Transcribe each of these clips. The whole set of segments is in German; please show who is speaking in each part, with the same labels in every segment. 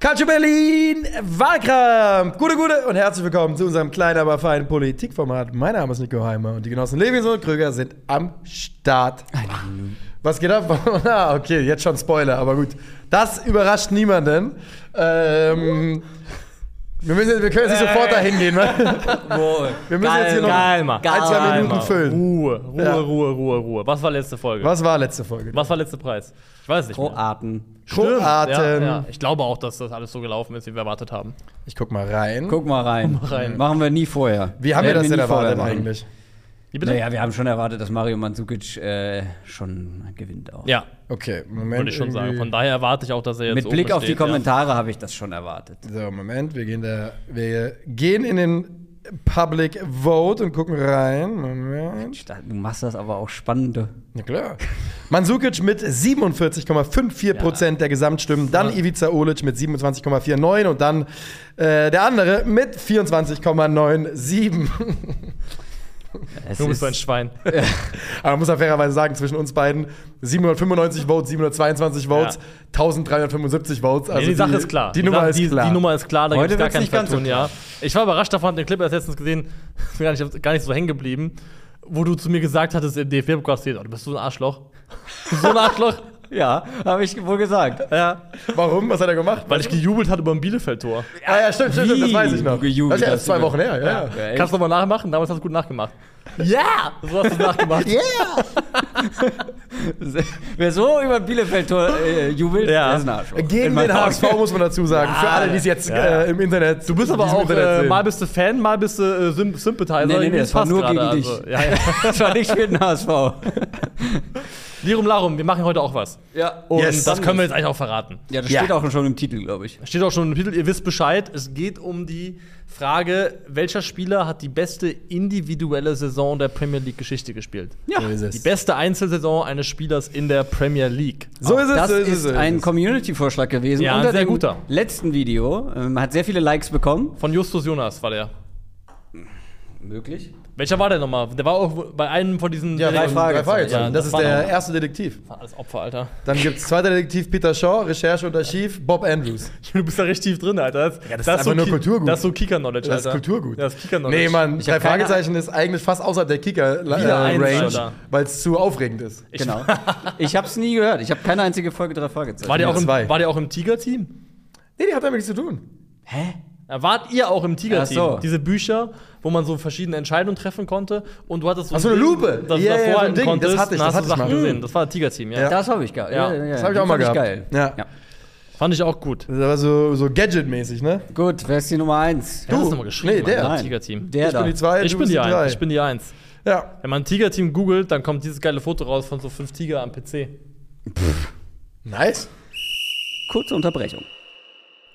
Speaker 1: Calcio Berlin, Wahlkampf. Gute, gute und herzlich willkommen zu unserem kleinen, aber feinen Politikformat. Mein Name ist Nico Heimer und die Genossen Levinson und Kröger sind am Start. Was geht ab? Ah, okay, jetzt schon Spoiler, aber gut. Das überrascht niemanden. Ähm, wir, müssen, wir können jetzt nicht sofort dahin gehen. ne?
Speaker 2: Wohl.
Speaker 1: Wir müssen jetzt hier noch
Speaker 2: Geil, Mann.
Speaker 1: ein, zwei Minuten füllen.
Speaker 2: Ruhe, Ruhe,
Speaker 1: Ja.
Speaker 2: Ruhe, Ruhe, Ruhe. Was war letzte Folge?
Speaker 1: Was war letzte Folge?
Speaker 2: Was war letzter Preis? Ich weiß nicht. Mehr.
Speaker 3: Kroaten.
Speaker 2: Stimmt,
Speaker 1: Kroaten.
Speaker 2: Ja, ja. Ich glaube auch, dass das alles so gelaufen ist, wie wir erwartet haben.
Speaker 1: Ich guck mal rein.
Speaker 3: Guck mal rein.
Speaker 2: rein.
Speaker 3: Machen wir nie vorher.
Speaker 1: Wie haben wir
Speaker 3: Werden
Speaker 1: das denn
Speaker 3: nie vorher
Speaker 1: erwartet
Speaker 3: machen.
Speaker 1: eigentlich?
Speaker 2: Wie bitte?
Speaker 3: Naja, wir haben schon erwartet, dass Mario Mandzukic äh, schon gewinnt auch.
Speaker 2: Ja,
Speaker 1: Okay, Moment.
Speaker 2: würde ich schon sagen.
Speaker 1: irgendwie-
Speaker 2: Von daher erwarte ich auch, dass er jetzt
Speaker 3: Mit
Speaker 2: oben
Speaker 3: Blick auf die
Speaker 2: steht,
Speaker 3: Kommentare habe ich das schon erwartet.
Speaker 1: So, Moment, wir gehen da, wir gehen in den Public Vote und gucken rein. Moment.
Speaker 3: Du machst das aber auch spannende.
Speaker 1: Na klar. Mansukic mit 47,54 Prozent der Gesamtstimmen, dann Ivica Olic mit 27,49 und dann äh, der andere mit 24,97.
Speaker 3: Es
Speaker 2: Ja. Du bist so ein
Speaker 3: ist- Also
Speaker 2: Schwein.
Speaker 1: Aber man muss ja fairerweise sagen, zwischen uns beiden 795 Votes, 722 Votes,
Speaker 2: Ja.
Speaker 1: 1375 Votes. Also
Speaker 2: nee, die Sache ist klar.
Speaker 1: Die, Nummer
Speaker 2: Sache-
Speaker 1: ist
Speaker 2: die,
Speaker 1: klar.
Speaker 2: Die Nummer ist klar, da gibt's
Speaker 3: Heute
Speaker 2: gar
Speaker 3: wird's
Speaker 2: keinen
Speaker 3: nicht ganz so
Speaker 2: Vertun, ja. Ich war überrascht davon, hab den Clip erst letztens gesehen, ist mir gar nicht, gar nicht so hängen geblieben, wo du zu mir gesagt hattest im DFB-Podcast, oh, du bist so ein Arschloch. so ein Arschloch.
Speaker 3: Ja, habe ich wohl gesagt.
Speaker 2: Ja.
Speaker 1: Warum? Was hat er gemacht?
Speaker 2: Weil ich gejubelt hatte über ein Bielefeld-Tor.
Speaker 1: ah ja, stimmt, stimmt, stimmt, das
Speaker 3: Wie
Speaker 1: weiß ich
Speaker 3: du
Speaker 1: noch.
Speaker 3: gejubelt
Speaker 1: das ist ja erst
Speaker 3: hast
Speaker 1: zwei
Speaker 3: über-
Speaker 1: Wochen her. Ja. ja.
Speaker 3: Ja, echt.
Speaker 2: Kannst du nochmal nachmachen? Damals hast du gut nachgemacht. Ja! So hast du es nachgemacht.
Speaker 3: Wer so über Bielefeld-Tor äh, jubelt,
Speaker 2: Ja.
Speaker 3: der ist ein Arschloch. In
Speaker 1: Gegen
Speaker 3: meinen
Speaker 1: den HSV
Speaker 3: Augen.
Speaker 1: muss man dazu sagen.
Speaker 3: Ja,
Speaker 1: Für alle, die es jetzt
Speaker 2: ja.
Speaker 1: äh, im Internet.
Speaker 2: Du bist aber
Speaker 1: die es im
Speaker 2: auch,
Speaker 1: Internet
Speaker 2: äh,
Speaker 1: sehen.
Speaker 2: mal bist du Fan, mal bist du äh, Symp Sympathizer.
Speaker 3: Nee, nee, nee,
Speaker 2: Irgendwie
Speaker 3: das war
Speaker 2: passt
Speaker 3: nur gegen
Speaker 2: gerade,
Speaker 3: dich.
Speaker 2: Also, ja, ja.
Speaker 3: das war nicht für den HSV.
Speaker 2: Lirum Larum, wir machen heute auch was.
Speaker 3: Ja,
Speaker 2: Und
Speaker 1: Yes.
Speaker 2: das können wir jetzt eigentlich auch verraten.
Speaker 3: ja das
Speaker 1: Ja.
Speaker 3: steht auch schon im Titel, glaube ich.
Speaker 2: Steht auch schon im Titel, ihr wisst Bescheid. Es geht um die Frage, welcher Spieler hat die beste individuelle Saison der Premier League-Geschichte gespielt?
Speaker 3: Ja,
Speaker 1: So ist es.
Speaker 2: Die beste Einzelsaison eines Spielers in der Premier League.
Speaker 1: so ist es.
Speaker 3: das
Speaker 1: so
Speaker 3: ist,
Speaker 1: ist es, so ist
Speaker 3: ein
Speaker 1: es.
Speaker 3: Community-Vorschlag gewesen.
Speaker 2: Ja, ein
Speaker 3: unter
Speaker 2: sehr
Speaker 3: dem
Speaker 2: guter.
Speaker 3: letzten Video. Ähm, hat sehr viele Likes bekommen.
Speaker 2: Von Justus Jonas war der.
Speaker 3: Möglich.
Speaker 2: Welcher war der nochmal? Der war auch bei einem von diesen.
Speaker 1: Ja, drei
Speaker 3: Drei
Speaker 1: Fragezeichen. Drei
Speaker 3: Fragezeichen.
Speaker 1: Fragezeichen.
Speaker 2: Ja,
Speaker 1: das
Speaker 2: das
Speaker 1: ist
Speaker 2: war
Speaker 1: der
Speaker 2: noch-
Speaker 1: erste Detektiv.
Speaker 2: Alles Opfer, Alter.
Speaker 1: Dann gibt es zweiter Detektiv Peter Shaw, Recherche und Archiv, Bob Andrews.
Speaker 2: Du bist da richtig tief drin, Alter. Das,
Speaker 1: Ja, das ist einfach nur
Speaker 2: Ki-
Speaker 1: Kulturgut.
Speaker 2: Das ist so Kicker-Knowledge,
Speaker 1: Das ist
Speaker 2: Alter.
Speaker 1: Kulturgut.
Speaker 2: Das ist Kicker-Knowledge.
Speaker 1: Nee, Mann,
Speaker 3: hab
Speaker 1: drei
Speaker 3: keine-
Speaker 1: Fragezeichen ist eigentlich fast außerhalb der
Speaker 2: Wieder eins,
Speaker 1: Kicker-Range,
Speaker 2: Alter.
Speaker 1: weil es zu aufregend ist.
Speaker 2: Ich-
Speaker 3: Genau. ich habe es nie gehört. Ich habe keine einzige Folge drei Fragezeichen.
Speaker 2: War der, auch im,
Speaker 1: Zwei.
Speaker 2: war der auch im Tiger-Team?
Speaker 1: Nee, die hat damit nichts zu tun.
Speaker 3: Hä?
Speaker 2: Ja, Wart ihr auch im Tiger-Team?
Speaker 3: Ach so.
Speaker 2: Diese Bücher, wo man so verschiedene Entscheidungen treffen konnte und du hattest so,
Speaker 1: Ach so, eine Lupe.
Speaker 2: Das,
Speaker 1: Ja, ja,
Speaker 2: yeah,
Speaker 1: so
Speaker 2: davor
Speaker 1: ein Ding.
Speaker 2: ein
Speaker 1: Das
Speaker 2: konntest,
Speaker 1: hatte ich,
Speaker 2: dann
Speaker 1: das
Speaker 2: hast du
Speaker 1: hatte ich
Speaker 2: Sachen
Speaker 1: mal.
Speaker 2: gesehen. Das war Tiger-Team, ja.
Speaker 1: Ja.
Speaker 3: Das habe ich gar
Speaker 2: Ja,
Speaker 1: das hab ich auch mal
Speaker 3: fand
Speaker 1: gehabt.
Speaker 3: Geil.
Speaker 1: Ja.
Speaker 2: Fand ich auch gut.
Speaker 1: Das war so, so Gadget-mäßig, ne?
Speaker 3: Gut, wer ist die Nummer eins?
Speaker 2: Wer hat
Speaker 1: Du.
Speaker 2: das nochmal geschrieben?
Speaker 1: Nee,
Speaker 2: Alter?
Speaker 1: der.
Speaker 2: Das Tiger-Team.
Speaker 3: Der
Speaker 1: ich bin die
Speaker 3: da.
Speaker 1: zwei,
Speaker 2: Ich
Speaker 1: du
Speaker 2: bin
Speaker 1: bist
Speaker 2: die
Speaker 1: drei.
Speaker 2: Eins. Ich bin die Eins.
Speaker 1: ja.
Speaker 2: Wenn man Tiger-Team googelt, dann kommt dieses geile Foto raus von so fünf Tiger am PC.
Speaker 1: Nice.
Speaker 3: Kurze Unterbrechung.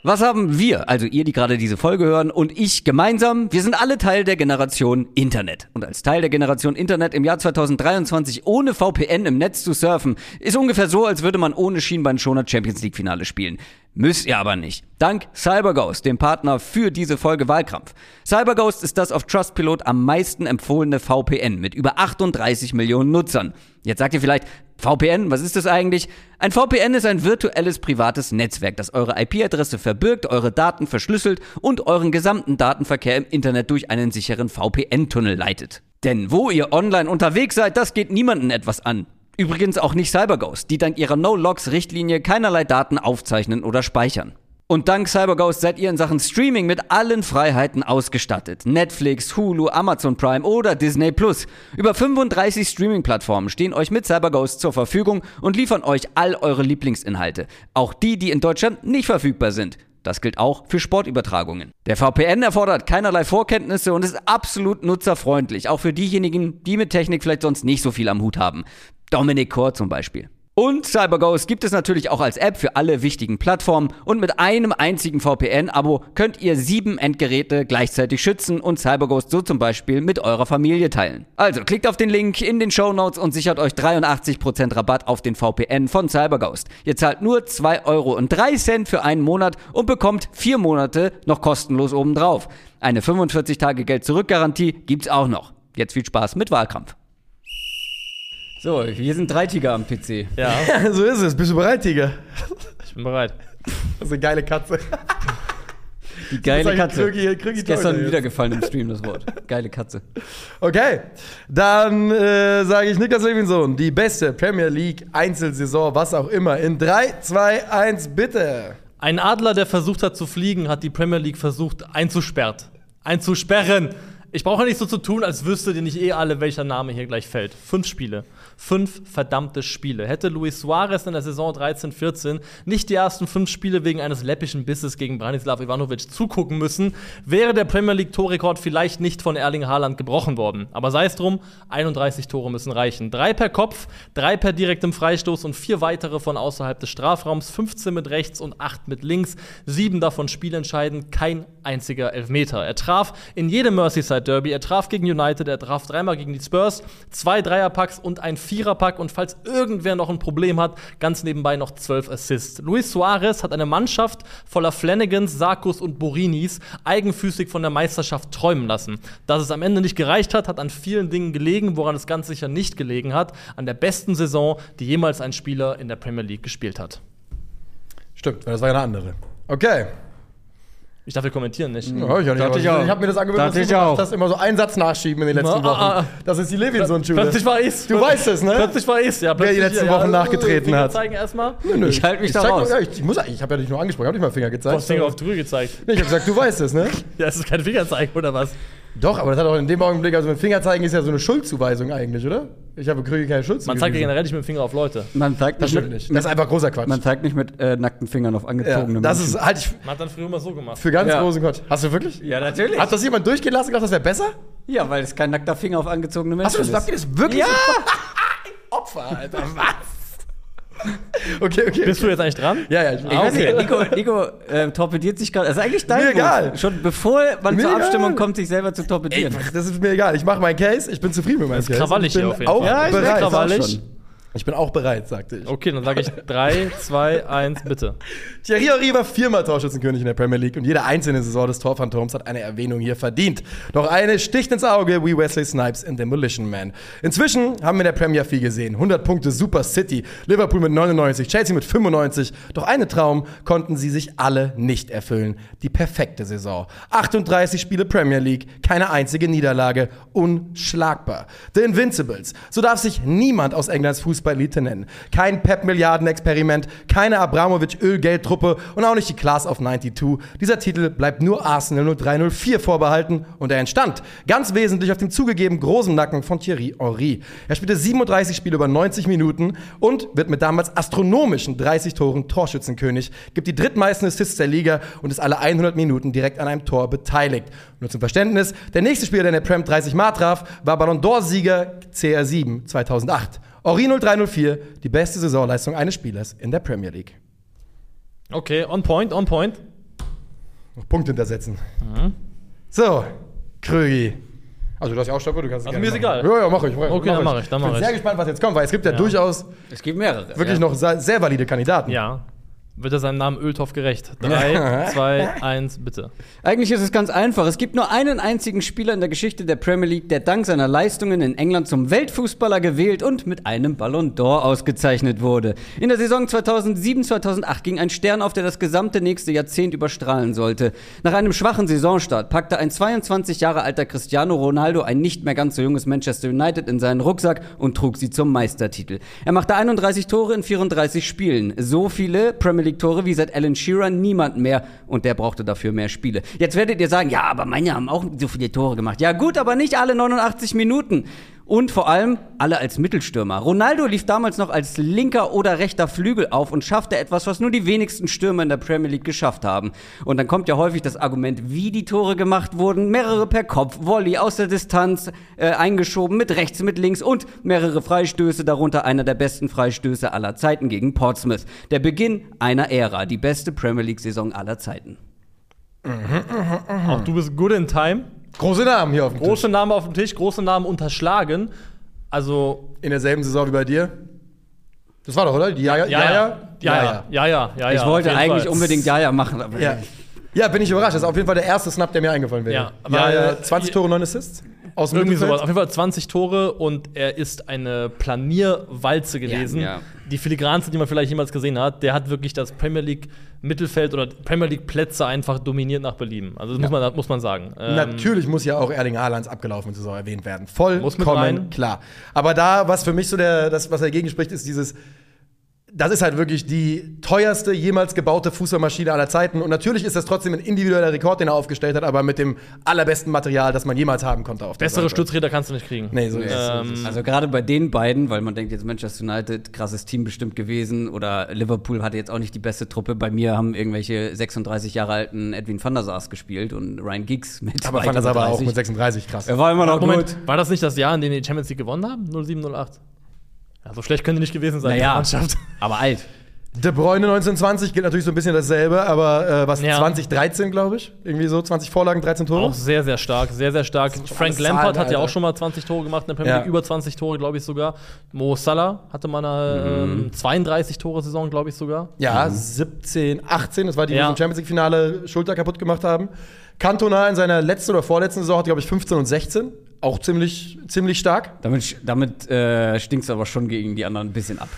Speaker 3: Was haben wir, also ihr, die gerade diese Folge hören, und ich gemeinsam? Wir sind alle Teil der Generation Internet. Und als Teil der Generation Internet im Jahr 2023 ohne VPN im Netz zu surfen, ist ungefähr so, als würde man ohne Schienbein schoner Champions League Finale spielen. Müsst ihr aber nicht. Dank CyberGhost, dem Partner für diese Folge Wahlkampf. CyberGhost ist das auf Trustpilot am meisten empfohlene VPN mit über 38 Millionen Nutzern. Jetzt sagt ihr vielleicht, VPN, was ist das eigentlich? Ein VPN ist ein virtuelles privates Netzwerk, das eure IP-Adresse verbirgt, eure Daten verschlüsselt und euren gesamten Datenverkehr im Internet durch einen sicheren VPN-Tunnel leitet. Denn wo ihr online unterwegs seid, das geht niemanden etwas an. Übrigens auch nicht CyberGhost, die dank ihrer No-Logs-Richtlinie keinerlei Daten aufzeichnen oder speichern. Und dank CyberGhost seid ihr in Sachen Streaming mit allen Freiheiten ausgestattet. Netflix, Hulu, Amazon Prime oder Disney Plus. Über 35 Streaming-Plattformen stehen euch mit CyberGhost zur Verfügung und liefern euch all eure Lieblingsinhalte. Auch die, die in Deutschland nicht verfügbar sind. Das gilt auch für Sportübertragungen. Der VPN erfordert keinerlei Vorkenntnisse und ist absolut nutzerfreundlich, auch für diejenigen, die mit Technik vielleicht sonst nicht so viel am Hut haben. Dominic Core zum Beispiel. Und CyberGhost gibt es natürlich auch als App für alle wichtigen Plattformen und mit einem einzigen VPN-Abo könnt ihr sieben Endgeräte gleichzeitig schützen und CyberGhost so zum Beispiel mit eurer Familie teilen. Also klickt auf den Link in den Show Notes und sichert euch 83% Rabatt auf den VPN von CyberGhost. Ihr zahlt nur 2,03 Euro für einen Monat und bekommt vier Monate noch kostenlos obendrauf. Eine 45-Tage-Geld-Zurück-Garantie gibt's auch noch. Jetzt viel Spaß mit Wahlkampf. So, hier sind drei Tiger am PC.
Speaker 2: Ja,
Speaker 1: so ist es. Bist du bereit, Tiger?
Speaker 2: ich bin bereit.
Speaker 1: Das ist eine geile Katze.
Speaker 3: Die geile
Speaker 1: Das ist
Speaker 3: Katze.
Speaker 1: eigentlich Krügi- Krügi
Speaker 3: ist gestern
Speaker 1: Torhüter
Speaker 3: wieder gefallen im Stream, das Wort. Geile Katze.
Speaker 1: Okay, dann äh, sage ich Niklas Levinson, die beste Premier League Einzelsaison, was auch immer. In 3, 2, 1, bitte.
Speaker 2: Ein Adler, der versucht hat zu fliegen, hat die Premier League versucht einzusperrt. Einzusperren. Ich brauche nicht so zu tun, als wüsstet ihr nicht eh alle, welcher Name hier gleich fällt. Fünf Spiele. Fünf verdammte Spiele. Hätte Luis Suarez in der Saison 13-14 nicht die ersten fünf Spiele wegen eines läppischen Bisses gegen Branislav Ivanovic zugucken müssen, wäre der Premier League-Torrekord vielleicht nicht von Erling Haaland gebrochen worden. Aber sei es drum, 31 Tore müssen reichen. Drei per Kopf, drei per direktem Freistoß und vier weitere von außerhalb des Strafraums, 15 mit rechts und 8 mit links, sieben davon spielentscheidend, kein einziger Elfmeter. Er traf in jedem Merseyside Derby, er traf gegen United, er traf dreimal gegen die Spurs, zwei Dreierpacks und ein Viererpack und falls irgendwer noch ein Problem hat, ganz nebenbei noch zwölf Assists. Luis Suarez hat eine Mannschaft voller Flanagans, Sarkos und Borinis eigenfüßig von der Meisterschaft träumen lassen. Dass es am Ende nicht gereicht hat, hat an vielen Dingen gelegen, woran es ganz sicher nicht gelegen hat, an der besten Saison, die jemals ein Spieler in der Premier League gespielt hat.
Speaker 1: Stimmt, weil das war ja eine andere. Okay.
Speaker 2: Ich darf hier kommentieren, nicht?
Speaker 1: Ja, hab ich auch nicht.
Speaker 3: Dachte ich
Speaker 1: aber
Speaker 3: auch.
Speaker 1: ich habe mir das angewöhnt,
Speaker 3: Dachte
Speaker 1: du
Speaker 3: ich
Speaker 1: gemacht
Speaker 3: auch.
Speaker 1: hast, immer so einen Satz nachschieben in den letzten
Speaker 2: Ah, ah, ah.
Speaker 1: Wochen. Das ist die Levinson-Schule.
Speaker 2: Plötzlich war ich's.
Speaker 1: Du weißt es, ne?
Speaker 2: Plötzlich war ich's, ja.
Speaker 1: Wer die
Speaker 2: plötzlich-
Speaker 1: letzten
Speaker 2: ja,
Speaker 1: Wochen
Speaker 2: äh,
Speaker 1: nachgetreten
Speaker 2: Finger
Speaker 1: hat.
Speaker 2: zeigen erstmal.
Speaker 1: Nö, nö.
Speaker 3: Ich halte mich da
Speaker 1: zeig-
Speaker 3: raus.
Speaker 1: Ja, ich, ich muss- ich habe ja dich nur angesprochen, ich habe nicht mal Finger
Speaker 2: Du
Speaker 1: gezeigt.
Speaker 2: hast Finger auf die Rübe gezeigt.
Speaker 1: Nee, ich habe gesagt, du weißt es, ne?
Speaker 2: Ja, es ist kein Fingerzeichen, oder was?
Speaker 1: Doch, aber das hat auch in dem Augenblick, also mit Finger zeigen ist ja so eine Schuldzuweisung eigentlich, oder? Ich habe Krüge keine Schuld
Speaker 2: Man zeigt ja generell nicht mit dem Finger auf Leute.
Speaker 3: Man zeigt
Speaker 1: Das
Speaker 3: nicht
Speaker 1: stimmt
Speaker 3: mit,
Speaker 1: nicht.
Speaker 3: mit-
Speaker 1: Das ist einfach großer Quatsch.
Speaker 3: man zeigt nicht mit äh, nackten Fingern auf
Speaker 1: ja,
Speaker 3: angezogene
Speaker 1: das
Speaker 3: Menschen.
Speaker 1: ist halt ich
Speaker 2: Man hat dann früher immer so gemacht.
Speaker 1: für ganz
Speaker 3: Ja.
Speaker 1: großen Quatsch. Hast du wirklich?
Speaker 3: ja, natürlich.
Speaker 1: Hat das jemand durchgehen lassen und gedacht, das wäre besser?
Speaker 3: ja, weil es kein nackter Finger auf angezogene
Speaker 1: Hast du
Speaker 3: Menschen
Speaker 1: das, habt ihr
Speaker 3: ist.
Speaker 1: das wirklich?
Speaker 3: Ja!
Speaker 1: Opfer, Alter, was? Okay, okay.
Speaker 2: Bist Ah, du jetzt eigentlich dran?
Speaker 1: ja, ja, ich,
Speaker 3: Ich weiß
Speaker 1: okay.
Speaker 3: nicht, Nico, Nico äh, torpediert sich gerade. Das ist eigentlich dein
Speaker 1: Mir
Speaker 3: Move.
Speaker 1: egal.
Speaker 3: Schon bevor man
Speaker 1: Mir
Speaker 3: zur
Speaker 1: egal.
Speaker 3: Abstimmung kommt, sich selber zu
Speaker 1: Ey,
Speaker 3: torpedieren.
Speaker 1: das ist mir egal. Ich mache meinen Case. Ich bin zufrieden mit meinem Case.
Speaker 2: krawallig
Speaker 1: ich bin
Speaker 2: hier auf jeden
Speaker 1: auch
Speaker 2: Fall. Ja,
Speaker 3: ich bin
Speaker 1: bereit.
Speaker 2: krawallig.
Speaker 3: Auch schon.
Speaker 1: Ich bin auch bereit, sagte ich.
Speaker 2: Okay, dann sage ich 3, 2, 1, bitte.
Speaker 1: Thierry Henry war viermal Torschützenkönig in der Premier League und jede einzelne Saison des Torphantoms hat eine Erwähnung hier verdient. Doch eine sticht ins Auge wie Wesley Snipes in Demolition Man. Inzwischen haben wir in der Premier viel gesehen. 100 Punkte Super City, Liverpool mit 99, Chelsea mit 95. Doch einen Traum konnten sie sich alle nicht erfüllen. Die perfekte Saison. 38 Spiele Premier League, keine einzige Niederlage, unschlagbar. The Invincibles. So darf sich niemand aus Englands Fußballelite nennen. Kein Pep-Milliarden-Experiment, keine Abramowitsch-Ölgeldtruppe und auch nicht die Class of 92. Dieser Titel bleibt nur Arsenal 0304 vorbehalten und er entstand ganz wesentlich auf dem zugegeben großen Nacken von Thierry Henry. Er spielte 37 Spiele über 90 Minuten und wird mit damals astronomischen 30 Toren Torschützenkönig, gibt die drittmeisten Assists der Liga und ist alle 100 Minuten direkt an einem Tor beteiligt. Nur zum Verständnis, der nächste Spieler, der in der Prem 30 Mal traf, war Ballon d'Or-Sieger CR7 2008. Henri 0304, die beste Saisonleistung eines Spielers in der Premier League.
Speaker 2: Okay, on point, on point.
Speaker 1: Noch Punkt hintersetzen.
Speaker 2: Mhm.
Speaker 1: So, Krögi. Also du hast ja auch Stopper, du kannst es
Speaker 2: Also
Speaker 1: gerne
Speaker 2: mir ist
Speaker 1: machen.
Speaker 2: egal.
Speaker 1: Ja, ja, mach ich. Mach
Speaker 2: Okay, dann mach ich, dann mach
Speaker 1: bin
Speaker 2: ich.
Speaker 1: sehr gespannt, was jetzt kommt, weil es gibt ja, durchaus
Speaker 3: Es gibt mehrere.
Speaker 1: wirklich
Speaker 3: ja.
Speaker 1: noch sehr, sehr valide Kandidaten.
Speaker 2: Ja. Wird er seinem Namen Öltopf gerecht? 3, 2, 1, bitte.
Speaker 3: Eigentlich ist es ganz einfach. Es gibt nur einen einzigen Spieler in der Geschichte der Premier League, der dank seiner Leistungen in England zum Weltfußballer gewählt und mit einem Ballon d'Or ausgezeichnet wurde. In der Saison 2007-2008 ging ein Stern auf, der das gesamte nächste Jahrzehnt überstrahlen sollte. Nach einem schwachen Saisonstart packte ein 22 Jahre alter Cristiano Ronaldo ein nicht mehr ganz so junges Manchester United in seinen Rucksack und trug sie zum Meistertitel. Er machte 31 Tore in 34 Spielen. So viele Premier League Tore wie seit Alan Shearer niemand mehr und der brauchte dafür mehr Spiele. Jetzt werdet ihr sagen, ja, aber meine haben auch so viele Tore gemacht. Ja gut, aber nicht alle 89 Minuten. Und vor allem alle als Mittelstürmer. Ronaldo lief damals noch als linker oder rechter Flügel auf und schaffte etwas, was nur die wenigsten Stürmer in der Premier League geschafft haben. Und dann kommt ja häufig das Argument, wie die Tore gemacht wurden. Mehrere per Kopf, Volley aus der Distanz äh, eingeschoben, mit rechts, mit links und mehrere Freistöße, darunter einer der besten Freistöße aller Zeiten gegen Portsmouth. Der Beginn einer Ära, die beste Premier League-Saison aller Zeiten.
Speaker 2: Auch du bist good in time.
Speaker 1: Große Namen hier auf dem Tisch.
Speaker 2: Große Namen auf dem Tisch, große Namen unterschlagen. Also,
Speaker 1: In derselben Saison wie bei dir. Das war doch, oder? Die Jaja?
Speaker 2: ja, ja, ja, ja, ja, ja, ja.
Speaker 3: Ich
Speaker 2: auf
Speaker 3: wollte
Speaker 2: jeden
Speaker 3: eigentlich
Speaker 2: Fall.
Speaker 3: unbedingt Jaja machen, aber
Speaker 1: Ja. Ja, bin ich überrascht. Das ist auf jeden Fall der erste Snap, der mir eingefallen wäre.
Speaker 2: Ja, weil-
Speaker 1: 20 Tore, 9 Assists. Aus dem
Speaker 2: Irgendwie
Speaker 1: Mittelfeld?
Speaker 2: sowas. Auf jeden Fall 20 Tore und er ist eine Planierwalze gewesen.
Speaker 3: ja.
Speaker 2: Die filigranste, die man vielleicht jemals gesehen hat. Der hat wirklich das Premier League Mittelfeld oder Premier League Plätze einfach dominiert nach Belieben. Also das muss, man, das muss man sagen. Ähm,
Speaker 1: Natürlich muss ja auch Erling Haalands abgelaufene Saison erwähnt werden. Vollkommen
Speaker 2: Muss mit rein.
Speaker 1: klar. Aber da, was für mich so der, das, was dagegen spricht, ist dieses, das ist halt wirklich die teuerste jemals gebaute Fußballmaschine aller Zeiten. Und natürlich ist das trotzdem ein individueller Rekord, den er aufgestellt hat, aber mit dem allerbesten Material, das man jemals haben konnte auf der
Speaker 2: Bessere
Speaker 1: Seite.
Speaker 2: Stützräder kannst du nicht kriegen.
Speaker 1: Nee, so ist es.
Speaker 2: Ähm,
Speaker 3: Also gerade bei den beiden, weil man denkt jetzt Manchester United, krasses Team bestimmt gewesen oder Liverpool hatte jetzt auch nicht die beste Truppe. Bei mir haben irgendwelche 36 Jahre alten Edwin van der Sars gespielt und Ryan Giggs mit
Speaker 1: Aber fand das aber auch
Speaker 3: 32.
Speaker 1: mit 36 krass.
Speaker 3: Er war immer noch
Speaker 2: Moment,
Speaker 3: gut.
Speaker 2: war das nicht das Jahr, in dem die Champions League gewonnen haben? 07, 08? Ja, so schlecht könnte nicht gewesen sein. die
Speaker 3: Naja,
Speaker 2: Mannschaft.
Speaker 3: aber alt.
Speaker 1: De Bruyne 1920 gilt natürlich so ein bisschen dasselbe, aber äh, was
Speaker 2: Ja.
Speaker 1: 2013, glaube ich, irgendwie so 20 Vorlagen, 13 Tore.
Speaker 2: Auch sehr, sehr stark, sehr, sehr stark.
Speaker 1: schon
Speaker 2: Frank
Speaker 1: alles Zahlen,
Speaker 2: Lampard hat ja
Speaker 1: Alter.
Speaker 2: auch schon mal 20 Tore gemacht in der Premier
Speaker 1: Ja.
Speaker 2: League, über 20 Tore, glaube ich sogar. Mo Salah hatte mal eine
Speaker 1: Mhm.
Speaker 2: ähm, 32 Tore Saison, glaube ich sogar.
Speaker 3: Mhm.
Speaker 1: Ja, 17, 18, das war die, die
Speaker 2: Ja.
Speaker 1: im Champions League Finale Schulter kaputt gemacht haben. Cantona in seiner letzten oder vorletzten Saison hatte, glaube ich, 15 und 16. Auch ziemlich, ziemlich stark.
Speaker 3: Damit, sch- damit äh, stinkst du aber schon gegen die anderen ein bisschen ab.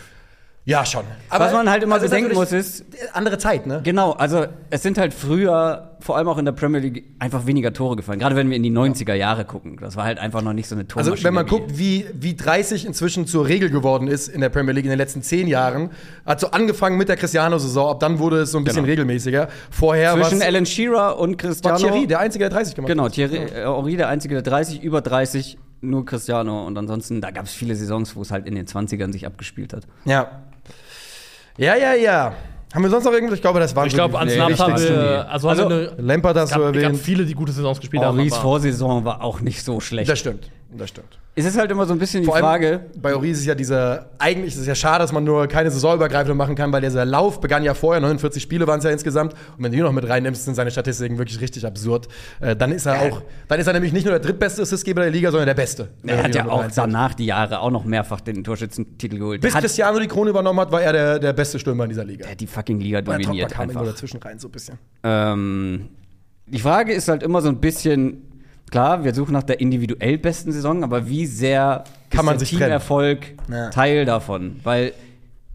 Speaker 1: Ja, schon.
Speaker 3: Was man halt immer
Speaker 1: es ist
Speaker 3: bedenken muss,
Speaker 1: natürlich
Speaker 3: ist,
Speaker 1: Andere Zeit, ne?
Speaker 3: Genau, also es sind halt früher, vor allem auch in der Premier League, einfach weniger Tore gefallen. Gerade wenn wir in die 90er Jahre gucken. Das war halt einfach noch nicht so eine Tormaschine.
Speaker 1: Also, wenn man
Speaker 3: wie-
Speaker 1: guckt, wie, wie 30 inzwischen zur Regel geworden ist in der Premier League in den letzten zehn Jahren, hat so angefangen mit der Cristiano-Saison, ab dann wurde es so ein bisschen
Speaker 3: Genau.
Speaker 1: regelmäßiger. Vorher
Speaker 3: Zwischen
Speaker 1: war's-
Speaker 3: Alan Shearer und Cristiano.
Speaker 1: war Thierry, der Einzige, der 30 gemacht hat.
Speaker 3: genau, Thierry, äh, Henry, der Einzige, der 30, über 30, nur Cristiano. Und ansonsten, da gab es viele Saisons, wo es halt in den 20ern sich abgespielt hat.
Speaker 1: Ja. Ja, ja, ja. Haben wir sonst noch irgendwas? Ich glaube, das waren
Speaker 2: Ich
Speaker 1: so
Speaker 2: glaube,
Speaker 1: die
Speaker 2: ans
Speaker 3: nee,
Speaker 2: Land haben
Speaker 3: richtig.
Speaker 2: wir, also, haben
Speaker 3: Also,
Speaker 2: wir eine,
Speaker 1: Lampard hast du
Speaker 2: gab, gab
Speaker 1: erwähnt.
Speaker 2: viele, die gute Saisons
Speaker 1: Oh,
Speaker 2: gespielt haben.
Speaker 3: Henrys
Speaker 2: aber-
Speaker 3: Vorsaison war auch nicht so schlecht.
Speaker 1: Das stimmt, das stimmt.
Speaker 3: es ist halt immer so ein bisschen die
Speaker 1: Vor allem
Speaker 3: Frage.
Speaker 1: bei Ori ist es ja dieser, eigentlich ist es ja schade, dass man nur keine saisonübergreifende machen kann, weil dieser Lauf begann ja vorher, 49 Spiele waren es ja insgesamt. Und wenn du die noch mit reinnimmst, sind seine Statistiken wirklich richtig absurd. Äh, dann ist er auch, dann ist er nämlich nicht nur der drittbeste Assistgeber der Liga, sondern der beste.
Speaker 3: Er hat ja auch
Speaker 1: dann.
Speaker 3: danach die Jahre auch noch mehrfach den Torschützentitel geholt.
Speaker 1: Bis
Speaker 3: Er hat,
Speaker 1: Cristiano die Krone übernommen hat, war er der, der beste Stürmer in dieser Liga.
Speaker 3: der hat die fucking Liga
Speaker 1: Mein Topper
Speaker 3: dominiert.
Speaker 1: kam
Speaker 3: Einfach.
Speaker 1: immer dazwischen rein, so ein bisschen.
Speaker 3: Ähm, die Frage ist halt immer so ein bisschen, klar, wir suchen nach der individuell besten Saison, aber wie sehr
Speaker 1: Kann
Speaker 3: ist
Speaker 1: man
Speaker 3: der
Speaker 1: sich
Speaker 3: Teamerfolg
Speaker 1: Ja.
Speaker 3: Teil davon? Weil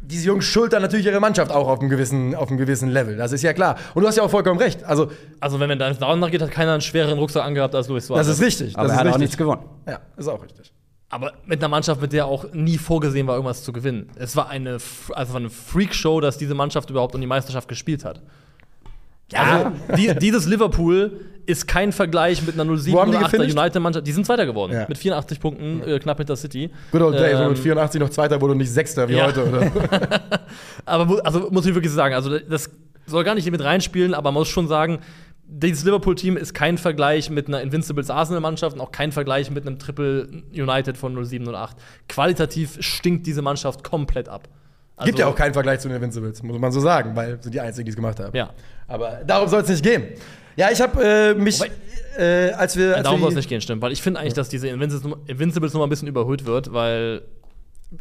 Speaker 1: diese Jungs schultern natürlich ihre Mannschaft auch auf einem gewissen, auf einem gewissen Level. Das ist ja klar. Und du hast ja auch vollkommen recht. Also,
Speaker 2: Also, wenn man da daran nachgeht, hat keiner einen schwereren Rucksack angehabt als Luis Suarez.
Speaker 1: das ist richtig.
Speaker 3: aber
Speaker 1: das
Speaker 3: er
Speaker 1: ist
Speaker 3: hat
Speaker 1: richtig.
Speaker 3: auch nichts gewonnen.
Speaker 1: ja, ist auch richtig.
Speaker 2: Aber mit einer Mannschaft, mit der auch nie vorgesehen war, irgendwas zu gewinnen. Es war eine, F- also eine Freakshow, dass diese Mannschaft überhaupt um die Meisterschaft gespielt hat.
Speaker 3: Ja.
Speaker 2: Also, die, dieses Liverpool ist kein Vergleich mit einer 07
Speaker 1: Wo haben die
Speaker 2: oder 8er
Speaker 1: gefinisht?
Speaker 2: United-Mannschaft. Die sind Zweiter geworden.
Speaker 1: Ja.
Speaker 2: Mit 84 Punkten, äh, knapp hinter City.
Speaker 1: Good old days, wo
Speaker 2: Ähm,
Speaker 1: mit 84 noch Zweiter wurde und nicht Sechster wie
Speaker 2: ja.
Speaker 1: heute, oder?
Speaker 2: Aber mu- also muss ich wirklich sagen, also das soll gar nicht mit reinspielen, aber man muss schon sagen, dieses Liverpool-Team ist kein Vergleich mit einer Invincibles Arsenal-Mannschaft und auch kein Vergleich mit einem Triple United von 0708. Qualitativ stinkt diese Mannschaft komplett ab. Also,
Speaker 1: Gibt ja auch keinen Vergleich zu den Invincibles, muss man so sagen, weil sind die Einzigen, die es gemacht haben.
Speaker 2: Ja.
Speaker 1: Aber darum soll es nicht gehen. Ja, ich habe äh, mich, äh, als wir. Als
Speaker 2: Darum
Speaker 1: wir
Speaker 2: soll es nicht gehen, stimmt. Weil ich finde eigentlich, dass diese Invincibles- Invincibles-Nummer ein bisschen überhöht wird, weil